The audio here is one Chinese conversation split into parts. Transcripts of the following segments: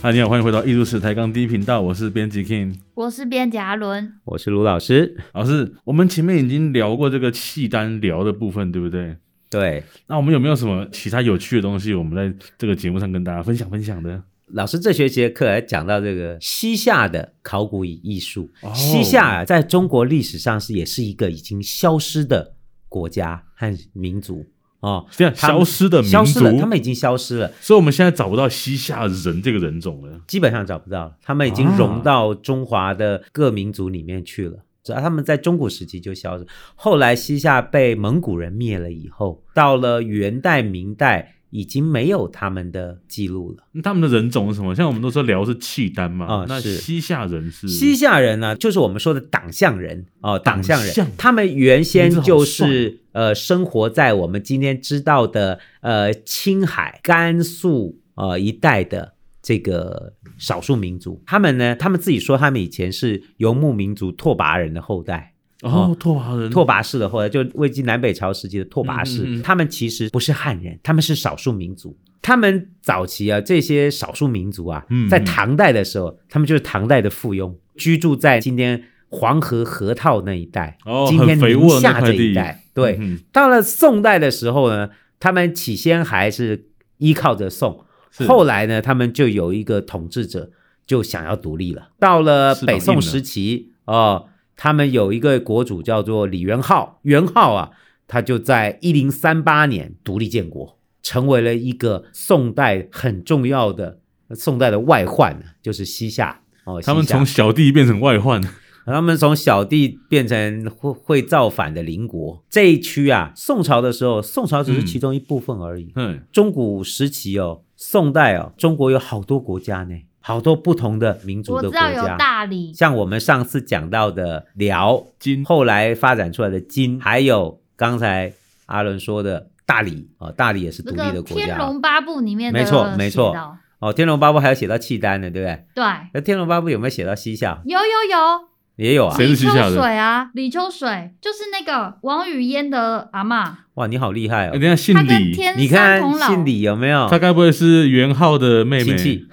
嗨，你好，欢迎回到艺术史台杠第一频道，我是编辑 King 我是编辑阿伦，我是卢老师。老师。我们前面已经聊过这个契丹辽的部分，对不对？对，那我们有没有什么其他有趣的东西，我们在这个节目上跟大家分享分享的？老师这学期的课还讲到这个西夏的考古与艺术。哦西夏啊，在中国历史上是也是一个已经消失的国家和民族哦，这样他们消失的民消失了，族他们已经消失了，所以我们现在找不到西夏人这个人种了。基本上找不到了，他们已经啊融到中华的各民族里面去了。只要他们在中古时期就消失，后来西夏被蒙古人灭了以后，到了元代、明代已经没有他们的记录了。那他们的人种是什么？像我们都说辽是契丹嘛，啊那是西夏人是西夏人呢、就是我们说的党项人哦，党项人党项，他们原先就名是呃生活在我们今天知道的呃青海、甘肃呃一带的这个少数民族。他们呢，他们自己说他们以前是游牧民族拓跋人的后代。哦，拓跋人，拓跋氏的后代，就魏晋南北朝时期的拓跋嗯氏，嗯嗯他们其实不是汉人，他们是少数民族。他们早期啊，这些少数民族啊嗯嗯，在唐代的时候，他们就是唐代的附庸，居住在今天黄河河套那一带，哦今天很肥宁沃的那夏块这地一带。对，嗯到了宋代的时候呢，他们起先还是依靠着宋，是后来呢，他们就有一个统治者就想要独立了。到了翅膀北宋硬了时期，哦、他们有一个国主叫做李元昊，元昊啊，他就在一零三八年独立建国，成为了一个宋代很重要的宋代的外患，啊就是西夏。哦，他们西夏从小弟变成外患，他们从小弟变成会会造反的邻国这一区啊，宋朝的时候，宋朝只是其中一部分而已。嗯，中古时期哦，宋代哦，中国有好多国家呢，好多不同的民族我的知国道有家。大理，像我们上次讲到的辽，金后来发展出来的金，还有刚才阿伦说的大理啊、哦，大理也是独这立个的《国家。天龙八部》里面的没错没错写到，哦，《天龙八部》还有写到契丹的，对不对？对，那《天龙八部》有没有写到西夏？有有有，也有啊。谁是李西秋夏人水啊，李秋水就是那个王语嫣的阿嬷，哇，你好厉害哦人！家姓她跟李，天你山看童姥姓李有没有？他该不会是元昊的妹妹啊亲？戚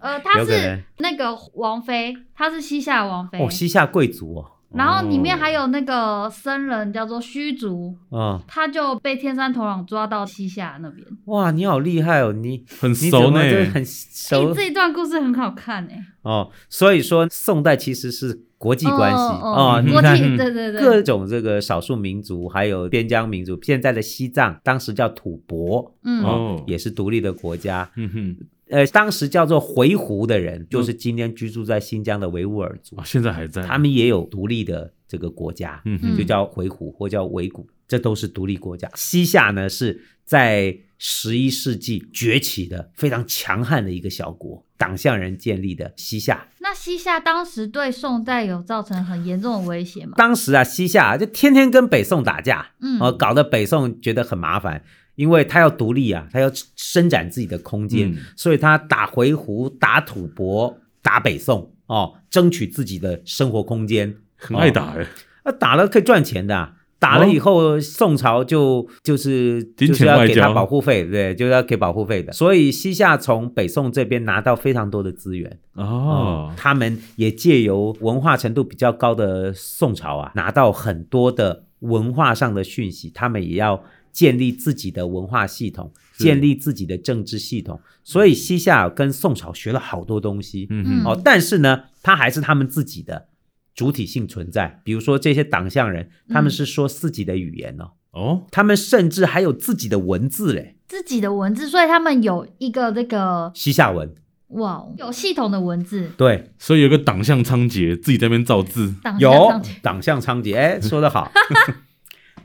呃，她有可是能那个王妃，她是西夏王妃哦，，西夏贵族哦，然后里面哦还有那个僧人叫做虚竹，嗯，他就被天山童姥抓到西夏那边。哇，你好厉害哦，你很你怎熟么呢，就很哎，熟这一段故事很好看哎，哦，所以说宋代其实是国际关系哦哦，嗯你国看际对对各对，种这个少数民族还有边疆民族，现在的西藏当时叫吐蕃嗯，哦哦，也是独立的国家。嗯哼，呃，当时叫做回鹘的人，就是今天居住在新疆的维吾尔族啊，，现在还在，他们也有独立的这个国家。嗯嗯哼，就叫回鹘或叫维古，这都是独立国家。西夏呢是在十一世纪崛起的非常强悍的一个小国，党项人建立的西夏。那西夏当时对宋代有造成很严重的威胁吗？当时啊，西夏啊就天天跟北宋打架，嗯，呃，搞得北宋觉得很麻烦，因为他要独立啊，他要伸展自己的空间，嗯所以他打回鹘、打吐蕃、打北宋哦，争取自己的生活空间。哦很爱打哎，那打了可以赚钱的啊、打了以后，宋朝就就是金就是钱要外给他交保护费，对，就是要给保护费的。所以西夏从北宋这边拿到非常多的资源，哦嗯，他们也借由文化程度比较高的宋朝啊，拿到很多的文化上的讯息，他们也要建立自己的文化系统，是建立自己的政治系统。所以西夏跟宋朝学了好多东西，嗯哼，哦，但是呢，它还是他们自己的主体性存在。比如说这些党项人，嗯他们是说自己的语言哦，哦，他们甚至还有自己的文字嘞，自己的文字，所以他们有一个这个西夏文。哇，哦有系统的文字，对，所以有个党项仓颉自己在那边造字，党项有上去党项仓颉，哎，说得好，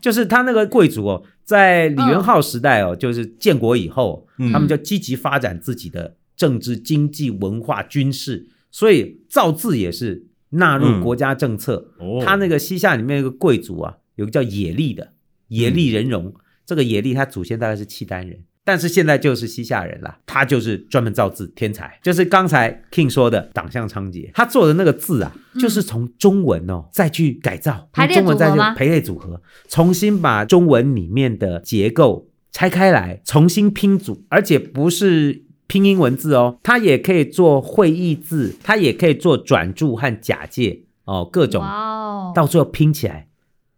就是他那个贵族哦，在李元昊时代哦，就是建国以后，嗯他们就积极发展自己的政治、经济、文化、军事，所以造字也是纳嗯入国家政策。哦，他那个西夏里面有个贵族啊，有个叫野利的，野利人戎。这个野利他祖先大概是契丹人，但是现在就是西夏人啦。他就是专门造字天才，就是刚才 King 说的党项仓颉，他做的那个字啊，嗯就是从中文哦再去改造，排列用中文再组去合吗排列组合，重新把中文里面的结构拆开来，重新拼组，而且不是。拼音文字哦，它也可以做会意字，它也可以做转注和假借哦，各种哇哦，到最后拼起来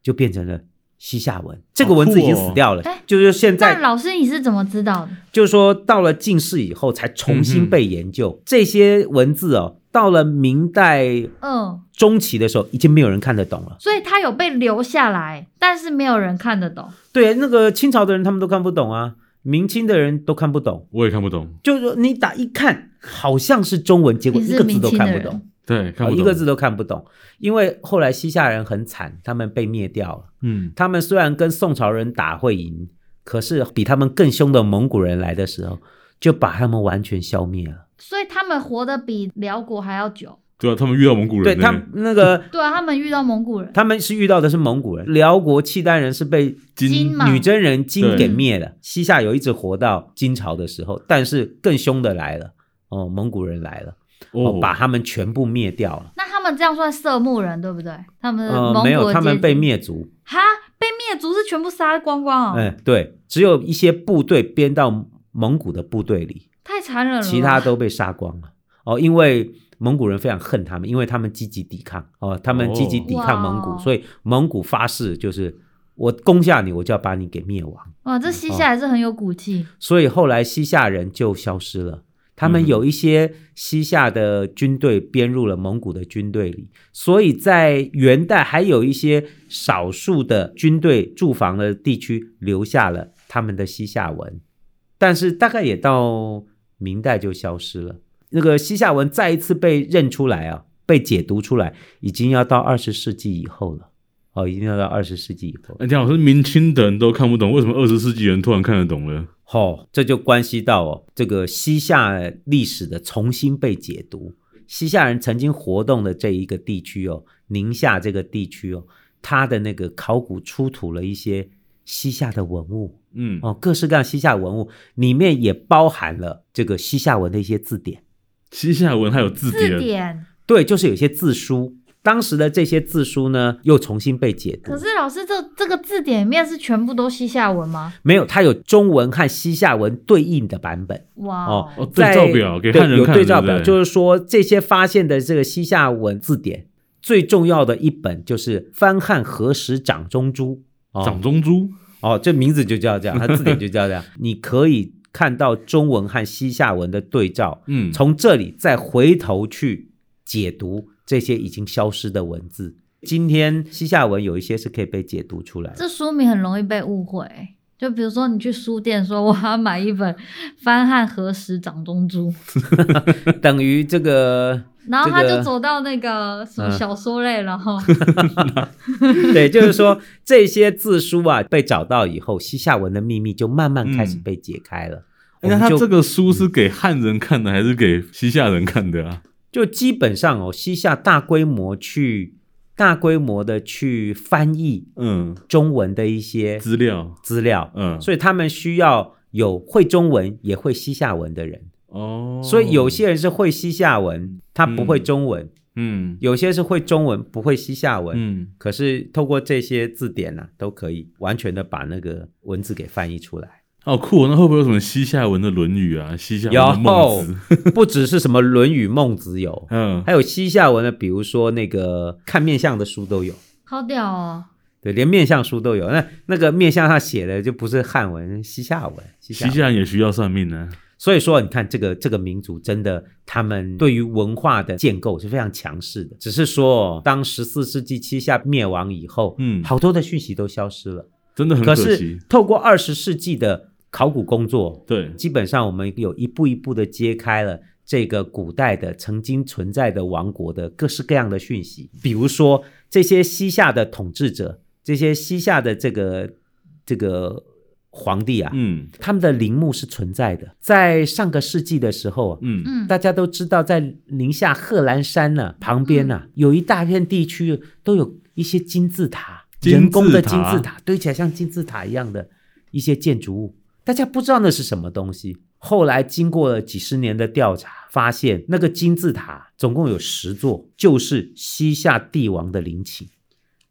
就变成了西夏文。这个好文字已经酷哦死掉了，哎就是现在那老师你是怎么知道的？就是说到了近世以后才重嗯新被研究、这些文字哦。到了明代嗯，中期的时候，已经没有人看得懂了。所以它有被留下来，但是没有人看得懂。对，那个清朝的人他们都看不懂啊，明清的人都看不懂。我也看不懂，就是说你打一看，好像是中文，结果你一是个字明都清看的不人懂，对，看不哦懂一个字，都看不懂。因为后来西夏人很惨，他们被灭掉了。嗯，他们虽然跟宋朝人打会赢，可是比他们更凶的蒙古人来的时候，就把他们完全消灭了。所以他们活得比辽国还要久。对啊，他们遇到蒙古对人呢，他们那个对啊，他们遇到蒙古人，他们是遇到的是蒙古人，辽国契丹人是被金嘛女真人金对给灭了。西夏有一直活到金朝的时候，但是更凶的来了，哦，蒙古人来了，哦，哦，把他们全部灭掉了。那他们这样算色目人对不对？他们嗯蒙古的呃，没有，阶他们级被灭族。哈被灭族是全部杀光光哦，嗯，对，只有一些部队编到蒙古的部队里，太残忍了吧。其他都被杀光了。哦，因为蒙古人非常恨他们，因为他们积极抵抗。哦，他们积极抵抗蒙古，哇所以蒙古发誓就是我攻下你，我就要把你给灭亡。哇，这嗯西哦夏还是很有骨气。所以后来西夏人就消失了。他嗯们哼有一些西夏的军队编入了蒙古的军队里，所以在元代还有一些少数的军队驻防的地区留下了他们的西夏文，但是大概也到明代就消失了。那个西夏文再一次被认出来啊，被解读出来，已经要到二十世纪以后了。哦，已经要到二十世纪以后了。人家老师明清的人都看不懂，为什么二十世纪人突然看得懂了？哦，这就关系到哦这个西夏历史的重新被解读。西夏人曾经活动的这一个地区哦，宁夏这个地区哦，它的那个考古出土了一些西夏的文物嗯，哦，各式各样西夏文物里面也包含了这个西夏文的一些字典。西夏文还有字字典，典，对，就是有些字书，当时的这些字书呢，又重新被解读可。是老师这这个字典里面是全部都西夏文吗？没有，它有中文和西夏文对应的版本。哇哦哦，对在照表给对汉人有看，对照表，对不对就是说这些发现的这个西夏文字典最重要的一本就是《翻汉何时掌中珠》掌哦中珠，哦，这名字就 叫这样，它字典就叫这样。你可以看到中文和西夏文的对照，嗯，从这里再回头去解读这些已经消失的文字。今天西夏文有一些是可以被解读出 来的，这书名很容易被误会。就比如说，你去书店说我要买一本《翻汉何时掌中珠》，等于这个然后他这就个走到那个什么嗯小说类，然 后 对，就是说这些字书啊被找到以后，西夏文的秘密就慢慢开始被解开嗯了。我那们他就这个书是给汉人看的还是给西夏人看的啊？就基本上哦，西夏大规模去大规模的去翻译嗯，中文的一些资料，资料，嗯，所以他们需要有会中文也会西夏文的人。哦，所以有些人是会西夏文，他不会中文；嗯有些是会中文不会西夏文。嗯，可是透过这些字典呢、啊，都可以完全的把那个文字给翻译出来。好酷哦，那会不会有什么西夏文的《论语》啊，西夏文的《孟子》？ 不只是什么《论语》《孟子》有，嗯，还有西夏文的，比如说那个看面相的书都有，好屌哦！对，连面相书都有。那那个面相他写的就不是汉文，西夏文，西西夏文。夏人也需要算命呢。所以说，你看这个这个民族真的，他们对于文化的建构是非常强势的。只是说，当十四世纪西夏灭亡以后，嗯好多的讯息都消失了。真的很可惜是。透过二十世纪的考古工作，对，基本上我们有一步一步的揭开了这个古代的曾经存在的王国的各式各样的讯息，比如说这些西夏的统治者，这些西夏的这个这个皇帝啊，嗯他们的陵墓是存在的。在上个世纪的时候啊，嗯，嗯，大家都知道，在宁夏贺兰山呢、旁边呢、嗯有一大片地区都有一些金字塔，金字塔人工的金字塔堆起来像金字塔一样的一些建筑物，大家不知道那是什么东西。后来经过了几十年的调查，发现那个金字塔总共有十座，就是西夏帝王的陵寝，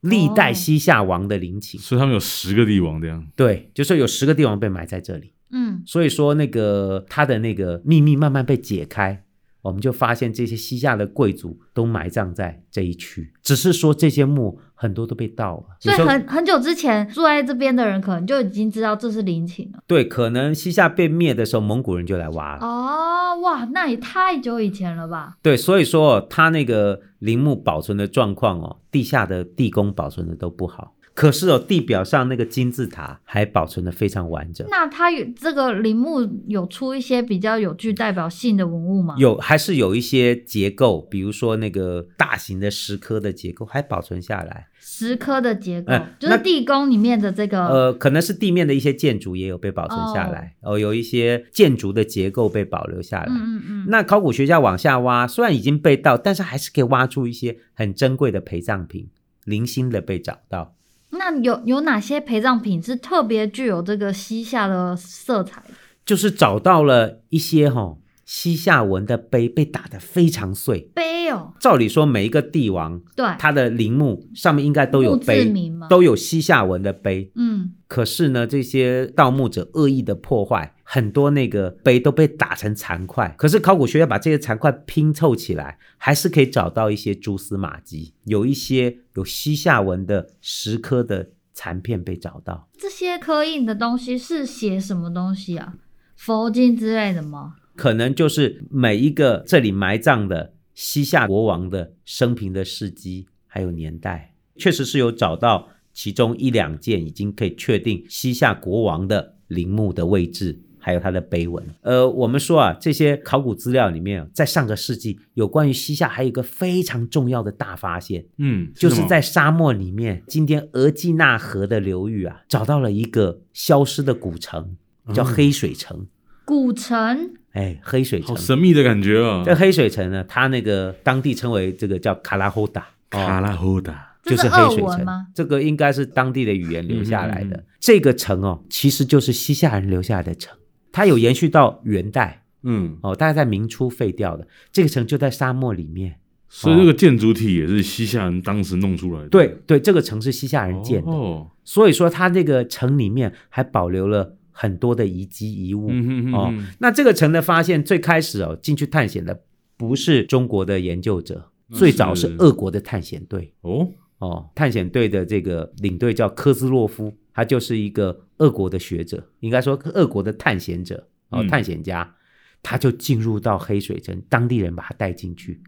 历代哦西夏王的陵寝。所以他们有十个帝王这样。对，就说有十个帝王被埋在这里。嗯所以说，那个他的那个秘密慢慢被解开，我们就发现这些西夏的贵族都埋葬在这一区，只是说这些墓很多都被盗了。所以有时候很很久之前住在这边的人，可能就已经知道这是陵寝了。对，可能西夏被灭的时候，蒙古人就来挖了。哦，哇，那也太久以前了吧？对，所以说哦他那个陵墓保存的状况哦，地下的地宫保存的都不好，可是哦，地表上那个金字塔还保存的非常完整。那它有这个陵墓有出一些比较有具代表性的文物吗？，有还是有一些结构，比如说那个大型的石刻的结构还保存下来，石刻的结构，哎就是那地宫里面的这个，呃，可能是地面的一些建筑也有被保存下来，哦，有一些建筑的结构被保留下来。嗯嗯嗯，那考古学家往下挖，虽然已经被盗，但是还是可以挖出一些很珍贵的陪葬品，零星的被找到。那有有哪些陪葬品是特别具有这个西夏的色彩？就是找到了一些哈、哦、西夏文的碑被打得非常碎。碑哦，照理说，每一个帝王对，他的陵墓上面应该都有墓志碑，铭吗？都有西夏文的碑。嗯，可是呢，这些盗墓者恶意的破坏，很多那个碑都被打成残块。可是考古学家把这些残块拼凑起来，还是可以找到一些蛛丝马迹，有一些有西夏文的石刻的残片被找到。这些刻印的东西是写什么东西啊？佛经之类的吗？可能就是每一个这里埋葬的西夏国王的生平的事迹，还有年代，确实是有找到其中一两件已经可以确定西夏国王的陵墓的位置。还有他的碑文，呃，我们说啊，这些考古资料里面啊，在上个世纪，有关于西夏还有一个非常重要的大发现，嗯，就是什么在沙漠里面，今天额济纳河的流域啊，找到了一个消失的古城，叫哦黑水城。古城哎，黑水城好，神秘的感觉哦这。黑水城呢，它那个当地称为这个叫卡拉霍达，哦卡拉霍达，这就是黑俄水文城吗？这个应该是当地的语言留下来的。嗯嗯这个城哦，其实就是西夏人留下来的城，它有延续到元代嗯，哦，大概在明初废掉的。这个城就在沙漠里面。所以这个建筑体也是西夏人当时弄出来的。对对，这个城是西夏人建的，哦，所以说它那个城里面还保留了很多的遗迹遗物。嗯哼哼哦哼，那这个城的发现最开始哦，进去探险的不是中国的研究者，那最早是嗯是俄国的探险队。哦，哦，探险队的这个领队叫科兹洛夫，他就是一个俄国的学者，应该说俄国的探险者哦，嗯探险家，他就进入到黑水城，当地人把他带进去。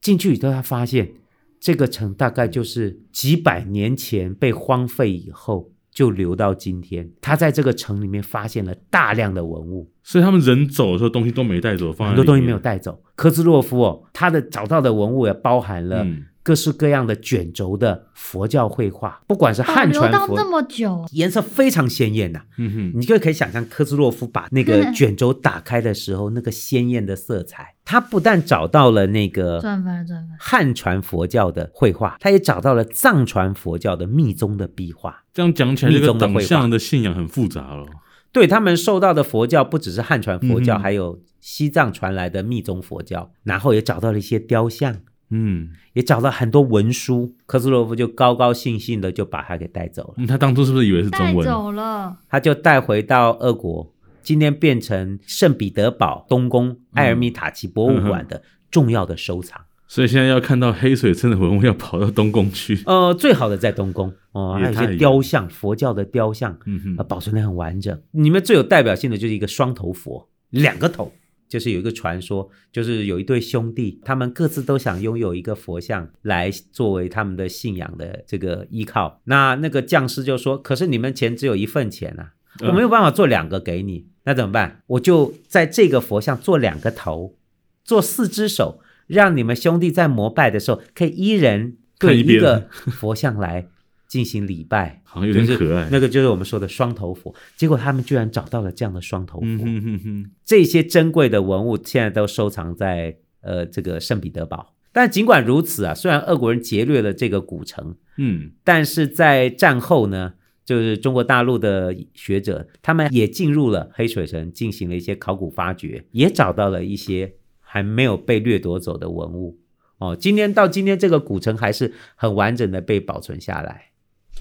进去以后，他发现这个城大概就是几百年前被荒废以后就留到今天。他在这个城里面发现了大量的文物，所以他们人走的时候东西都没带走，放在很多东西里没有面。带走。科兹洛夫哦，他的找到的文物也包含了、嗯，各式各样的卷轴的佛教绘画，不管是保汉哦留传到佛这，么久，颜色非常鲜艳呐、啊嗯哼，你就可以想象科兹洛夫把那个卷轴打开的时候，那个鲜艳的色彩。他不但找到了那个赚翻了赚翻了！汉传佛教的绘画，他也找到了藏传佛教的密宗的壁画。这样讲起来，这密宗个的党绘画项的信仰很复杂了。对他们受到的佛教不只是汉传佛教，嗯哼还有西藏传来的密宗佛教，然后也找到了一些雕像。嗯，也找到很多文书，科兹洛夫就高高兴兴的就把他给带走了。嗯他当初是不是以为是带中文？走了，他就带回到俄国，今天变成圣彼得堡东宫嗯埃尔米塔奇博物馆的重要的收藏。所以现在要看到黑水村的文物，要跑到东宫 去。呃，最好的在东宫哦，也还有一太些雕像，佛教的雕像，嗯呃，哼，保存的很完整。里面最有代表性的就是一个双头佛，两个头。就是有一个传说，就是有一对兄弟，他们各自都想拥有一个佛像来作为他们的信仰的这个依靠。那那个匠师就说：“可是你们钱只有一份钱啊，嗯我没有办法做两个给你，那怎么办？我就在这个佛像做两个头，做四只手，让你们兄弟在膜拜的时候，可以一人对一个佛像来进行礼拜。好像有点可爱。那个就是我们说的双头佛。结果他们居然找到了这样的双头佛，嗯哼哼哼，这些珍贵的文物现在都收藏在呃这个圣彼得堡。但尽管如此啊，虽然俄国人劫掠了这个古城，嗯，但是在战后呢，就是中国大陆的学者，他们也进入了黑水城，进行了一些考古发掘，也找到了一些还没有被掠夺走的文物。哦，今天到今天，这个古城还是很完整的被保存下来。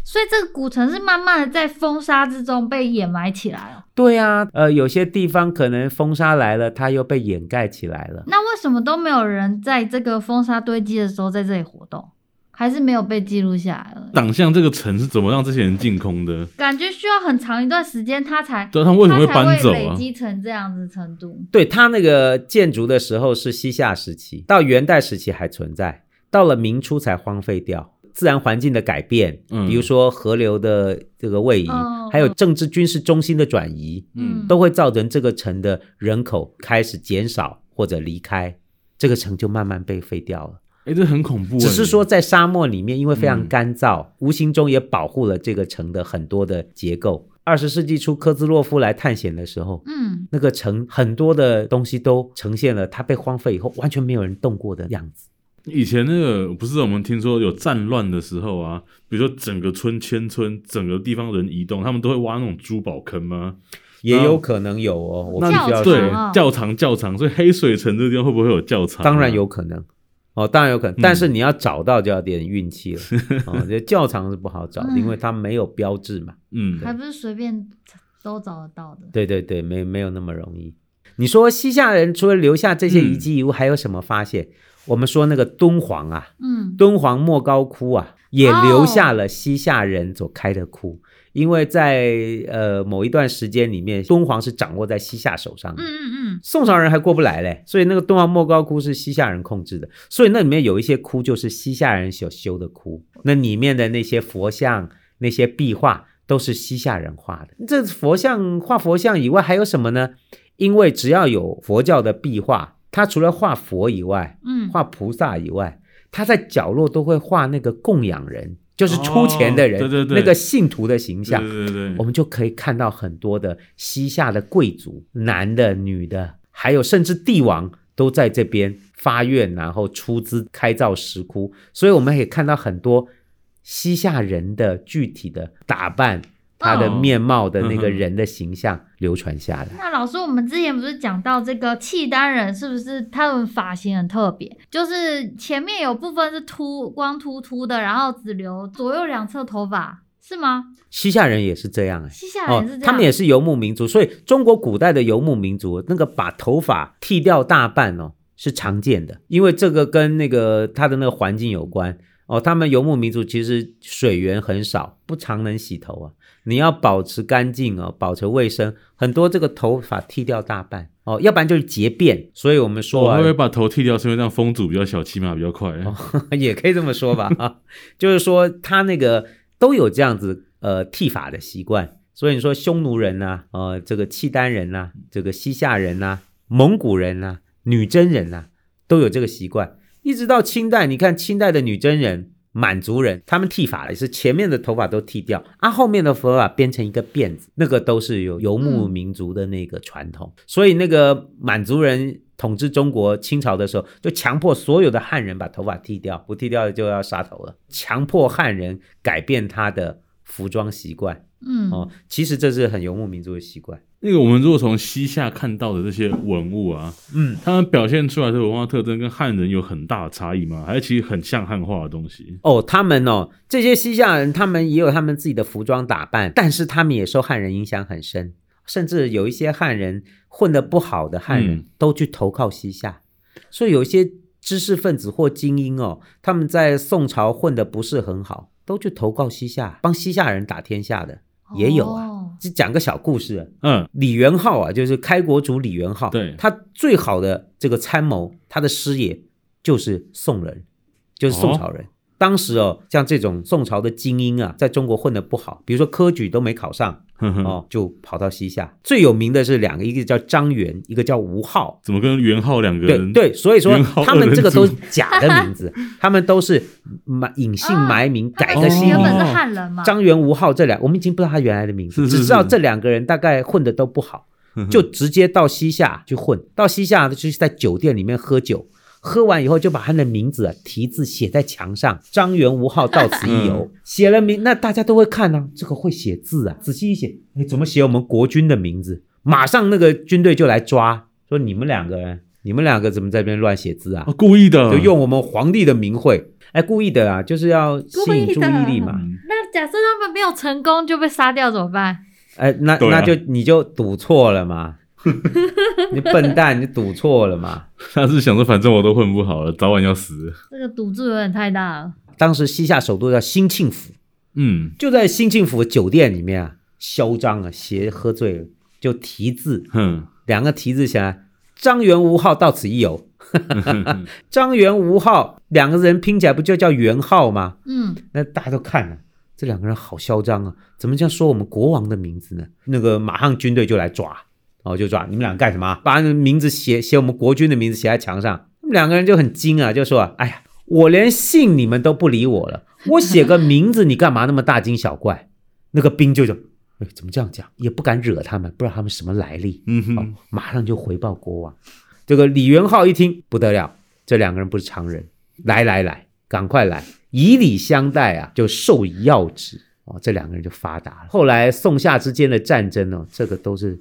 所以这个古城是慢慢的在风沙之中被掩埋起来哦了。对啊，呃，有些地方可能风沙来了，它又被掩盖起来了。那为什么都没有人在这个风沙堆积的时候在这里活动？还是没有被记录下来了？党项这个城是怎么让这些人进空的？感觉需要很长一段时间，它才对啊，他们为什么搬走它才会累啊？积成这样子程度？对它那个建筑的时候是西夏时期，到元代时期还存在，到了明初才荒废掉。自然环境的改变，嗯比如说河流的这个位移，哦还有政治军事中心的转移，嗯都会造成这个城的人口开始减少或者离开，这个城就慢慢被废掉了。哎、这很恐怖、只是说，在沙漠里面，因为非常嗯干燥，无形中也保护了这个城的很多的结构。二十世纪初，科兹洛夫来探险的时候，嗯，那个城很多的东西都呈现了它被荒废以后完全没有人动过的样子。以前那个不是我们听说有战乱的时候啊，比如说整个村迁村，整个地方人移动，他们都会挖那种珠宝坑吗？也有可能有哦，我那必须教要对堂说，啊，教堂教堂，所以黑水城这个地方会不会有教堂、当然有，可能。哦，当然有可能，嗯但是你要找到就要点运气了。 哦，这教堂是不好找的，嗯因为它没有标志嘛。嗯，还不是随便都找得到的。对对对，没没有那么容易。嗯你说西夏人除了留下这些遗迹以外，还有什么发现？我们说那个敦煌啊，嗯，敦煌莫高窟啊，也哦留下了西夏人所开的窟，因为在呃某一段时间里面，敦煌是掌握在西夏手上嗯的。嗯嗯，宋朝人还过不来嘞，所以那个敦煌莫高窟是西夏人控制的，所以那里面有一些窟就是西夏人所修的窟，那里面的那些佛像、那些壁画都是西夏人画的。这佛像画佛像以外还有什么呢？因为只要有佛教的壁画，它除了画佛以外，嗯，画菩萨以外，他在角落都会画那个供养人，就是出钱的人，哦对对对那个信徒的对形象。对对我对，们就可以看到很多的西夏的贵族，男的、女的，还有甚至帝王都在这边发愿，然后出资开造石窟，所以我们也看到很多西夏人的具体的打扮，他的哦面貌的那个嗯哼人的形象流传下来。那老师，我们之前不是讲到这个契丹人是不是他们发型很特别？就是前面有部分是秃光秃秃的，然后只留左右两侧头发，是吗？哦西夏人也是这样哎、西夏哦人是，这样，他们也是游牧民族，所以中国古代的游牧民族，那个把头发剃掉大半哦，是常见的，因为这个跟那个他的那个环境有关哦。他们游牧民族其实水源很少，不常能洗头啊。你要保持干净哦，保持卫生，很多这个头发剃掉大半哦，要不然就是结辫。所以我们说我啊会不会把头剃掉？是因为这样风阻比较小，骑马比较快。哦 也可以这么说吧，啊，就是说他那个都有这样子呃剃发的习惯，所以你说匈奴人呐、呃，这个契丹人呐、这个西夏人呐、蒙古人呐、女真人呐、都有这个习惯，一直到清代，你看清代的女真人、满族人，他们剃发也是前面的头发都剃掉，啊，后面的头发编成一个辫子，那个都是有游牧民族的那个传统。所以那个满族人统治中国清朝的时候，就强迫所有的汉人把头发剃掉，不剃掉就要杀头了，强迫汉人改变他的服装习惯。嗯哦，其实这是很游牧民族的习惯。那个我们如果从西夏看到的这些文物啊，嗯，他们表现出来的文化特征跟汉人有很大的差异吗？还是其实很像汉化的东西？哦，他们哦，这些西夏人，他们也有他们自己的服装打扮，但是他们也受汉人影响很深，甚至有一些汉人混得不好的汉人、嗯都去投靠西夏，所以有一些知识分子或精英哦，他们在宋朝混得不是很好，都去投靠西夏，帮西夏人打天下的也有啊。哦只讲个小故事啊，嗯，李元昊啊，就是开国主李元昊，对他最好的这个参谋，他的师爷就是宋人，就是宋朝人。当时哦，像这种宋朝的精英啊，在中国混得不好，比如说科举都没考上呵呵哦，就跑到西夏。最有名的是两个，一个叫张元，一个叫吴昊。怎么跟元昊两个对人？对，所以说元昊他们这个二人组都是假的名 字，他们都是埋隐姓啊埋名他改们个其实姓原名本。是汉人嘛？张元、吴昊这两，我们已经不知道他原来的名字，是是只知道是这两个人大概混的都不好。呵呵就直接到西夏去混，到西夏就是在酒店里面喝酒，喝完以后就把他的名字啊题字写在墙上，张元吴昊到此一嗯游， 写了名，那大家都会看啊，这个会写字啊，仔细一写，哎，怎么写我们国军的名字？马上那个军队就来抓，说你们两个人，你们两个怎么在这边乱写字啊 哦，？故意的，就用我们皇帝的名讳，哎，故意的啊，就是要吸引故意注的意力嘛。嗯那假设他们没有成功就被杀掉怎么办？哎，那、对啊那就你就赌错 了嘛，你笨蛋，你赌错了嘛。他是想说，反正我都混不好了，早晚要死。这个赌注有点太大了。当时西夏首都叫兴庆府，嗯，就在兴庆府酒店里面啊，嚣张啊，邪喝醉了就题字，哼，两个题字起来，张元吴浩到此一游。张元吴浩两个人拼起来不就叫元昊吗？嗯，那大家都看了，这两个人好嚣张啊！怎么这样说我们国王的名字呢？那个马上军队就来抓，然后就抓你们俩干什么？啊把你们名字写写我们国君的名字写在墙上。他们两个人就很惊啊，就说：“哎呀，我连姓你们都不理我了，我写个名字，你干嘛那么大惊小怪？” 那个兵就就，哎，怎么这样讲？也不敢惹他们，不知道他们什么来历。嗯哦哼，，马上就回报国王。这个李元昊一听不得了，这两个人不是常人，来来来，赶快来，以礼相待啊，就授以要旨哦，这两个人就发达了。后来宋夏之间的战争呢、哦，这个都是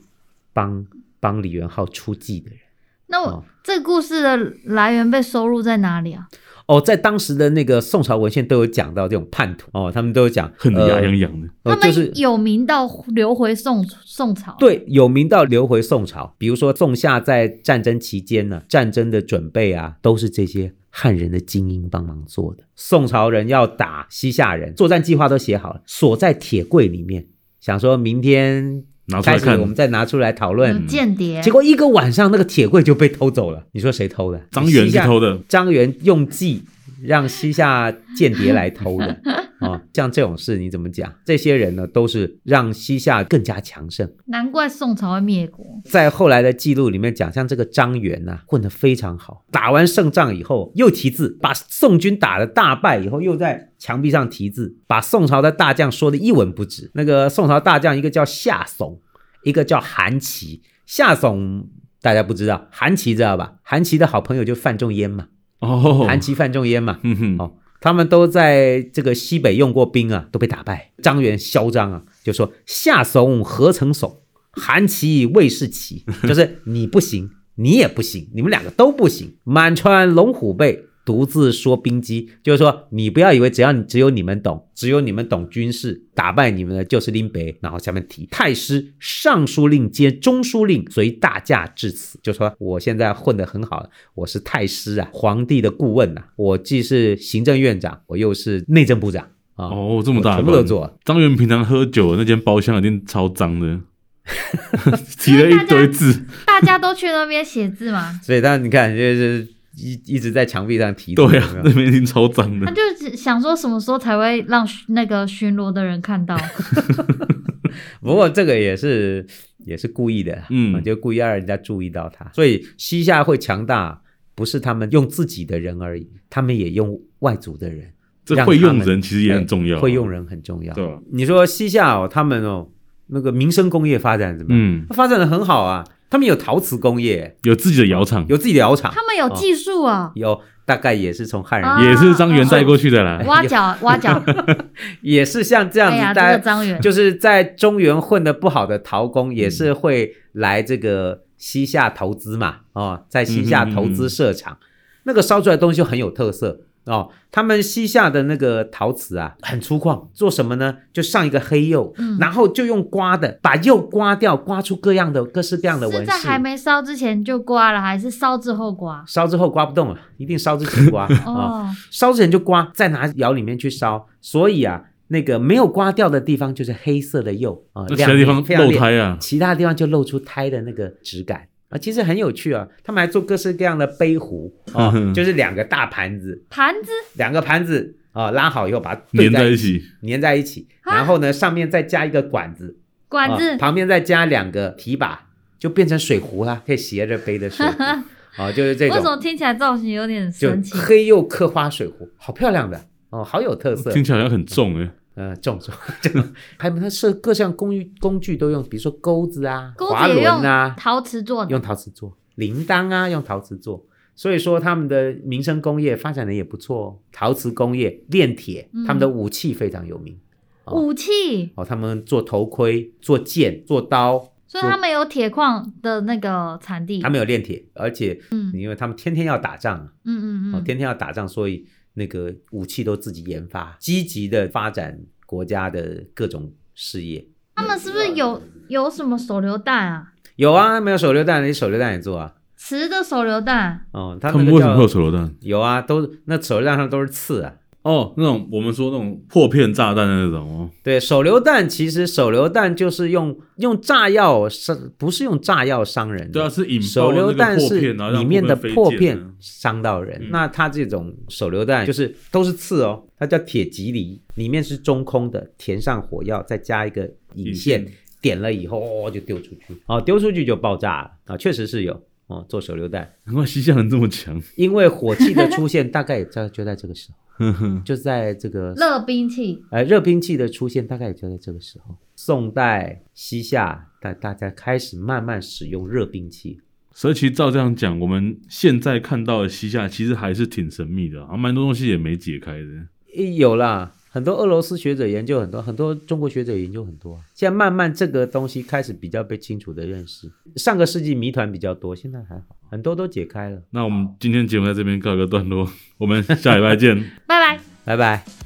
帮帮李元昊出计的人那我、哦这个故事的来源被收录在哪里啊？哦，在当时的那个宋朝文献都有讲到这种叛徒哦，他们都有讲恨得牙呃痒痒的。呃他就是们有名到流回宋宋朝。，对，有名到流回宋朝。比如说宋夏在战争期间呢，战争的准备啊，都是这些汉人的精英帮忙做的。宋朝人要打西夏人，作战计划都写好了，锁在铁柜里面，想说明天拿出开来始看我们再拿出来讨有论。间谍。嗯结果一个晚上，那个铁柜就被偷走了。你说谁偷的？张元西去夏偷的，张元用计让西夏间谍来偷的哦，像这种事你怎么讲？这些人呢，都是让西夏更加强盛。难怪宋朝会灭国。在后来的记录里面讲，像这个张元呐、混得非常好。打完胜仗以后，又题字，把宋军打得大败以后，又在墙壁上题字，把宋朝的大将说的一文不值。那个宋朝大将，一个叫夏竦，一个叫韩琦。夏竦大家不知道，韩琦知道吧？韩琦的好朋友就范仲淹嘛，哦，韩琦、范仲淹嘛。嗯哼，哦，他们都在这个西北用过兵啊，都被打败。张元嚣张啊，就说夏怂何曾怂，韩琦魏是齐，就是你不行，你也不行，你们两个都不行。满川龙虎背，独自说兵机，就是说你不要以为只要你只有你们懂，只有你们懂军事，打败你们的就是林北。然后下面提太师、尚书令兼中书令随大驾至此，就说我现在混得很好，我是太师啊，皇帝的顾问呐、啊我既是行政院长，我又是内政部长啊。哦，这么大我的官，全部都做了，张元平常喝酒的那间包厢一定超脏 的，提了一堆字，大家都去那边写字 嘛，所以当然你看，就是一一直在墙壁上提字对有啊没，有那边一定超脏他的。就只想说什么时候才会让巡那个巡逻的人 看到。哦不过这个也是也是故意的啦，嗯啊就故意要让人家注意到他。所以西夏会强大，不是他们用自己的人而已，他们也用外族的人，这让会他用们人其实也很哎重要啊，会用人啊很重要。对吧？你说西夏哦，他们哦，那个民生工业发展怎么样？嗯，发展的很好啊，他们有陶瓷工业，有自己的窑厂，有自己的窑厂，他们有技术啊，有大概也是从汉人，啊也是张元带过去的哎啦。挖角挖 角。也是像这样哎子，呀，这大个嗯家张远就是在中原混得不好的陶工，也是会来这个西夏投资嘛，哦，在西夏投资设厂，嗯那个烧出来的东西就很有特色哦。他们西夏的那个陶瓷啊，很粗犷，做什么呢？就上一个黑釉，嗯然后就用刮的，把釉刮掉，刮出各样的各式各样的是纹在饰。还没烧之前就刮了，还是烧之后刮？烧之后刮不动了，一定烧之前刮啊、 哦，烧之前就刮，再拿窑里面去烧。所以啊，那个没有刮掉的地方就是黑色的釉啊，那其他地方亮非常漏亮胎啊，，其他地方就露出胎的那个质感啊，其实很有趣啊。他们还做各式各样的杯壶啊就是两个大盘子，盘子两个盘子啊拉好以后把它对粘在在一起，粘在一起，啊然后呢上面再加一个管子，管啊子旁边再加两个提把，就变成水壶啦，可以斜着背的水 壶啊，就是这为什种么听起来造型有点就神奇？黑釉刻花水壶，好漂亮的哦，好有特色。听起来好像很重哎。呃，重 重重，还有它设各项工具工具都用，比如说钩子啊、钩滑子也轮用啊、陶瓷做的，用陶瓷做，铃铛啊用陶瓷做，所以说他们的民生工业发展的也不错哦。陶瓷工业炼铁，嗯他们的武器非常有名、哦武器，哦，他们做头盔、做剑、做刀，所以他们有铁矿的那个产地。他们有炼铁，而且嗯嗯因为他们天天要打仗啊，嗯哦，嗯嗯，天天要打仗，所以那个武器都自己研发，积极的发展国家的各种事业。他们是不是有有什么手榴弹啊？有啊，没有手榴弹，你手榴弹也做啊？瓷的手榴弹，哦，他他那们个为什么会有叫手榴弹？有啊，都那手榴弹上都是刺啊。哦，那种我们说那种破片炸弹的那种哦，对，手榴弹其实手榴弹就是用用炸药伤，不是用炸药伤人的。对啊，是引手爆榴那个弹破是片，然后让里面的破破片飞溅片啊伤到人。嗯那它这种手榴弹就是都是刺哦，它叫铁吉藜，里面是中空的，填上火药，再加一个引引线线，点了以后哦就丢出去，哦丢出去就爆炸了啊，确实是有哦做手榴弹，难怪西夏人这么强，因为火器的出现大概也在就在这个时候，呵呵就在这个热兵器，呃，热兵器的出现大概也就在这个时候，宋代、西夏，大大家开始慢慢使用热兵器。所以其实照这样讲，我们现在看到的西夏其实还是挺神秘的啊，蛮多东西也没解开的。诶有啦，很多俄罗斯学者研究很多，很多中国学者研究很多啊。现在慢慢这个东西开始比较被清楚的认识。上个世纪谜团比较多，现在还好，很多都解开了。那我们今天节目在这边告一个段落，我们下礼拜见。拜拜。拜拜。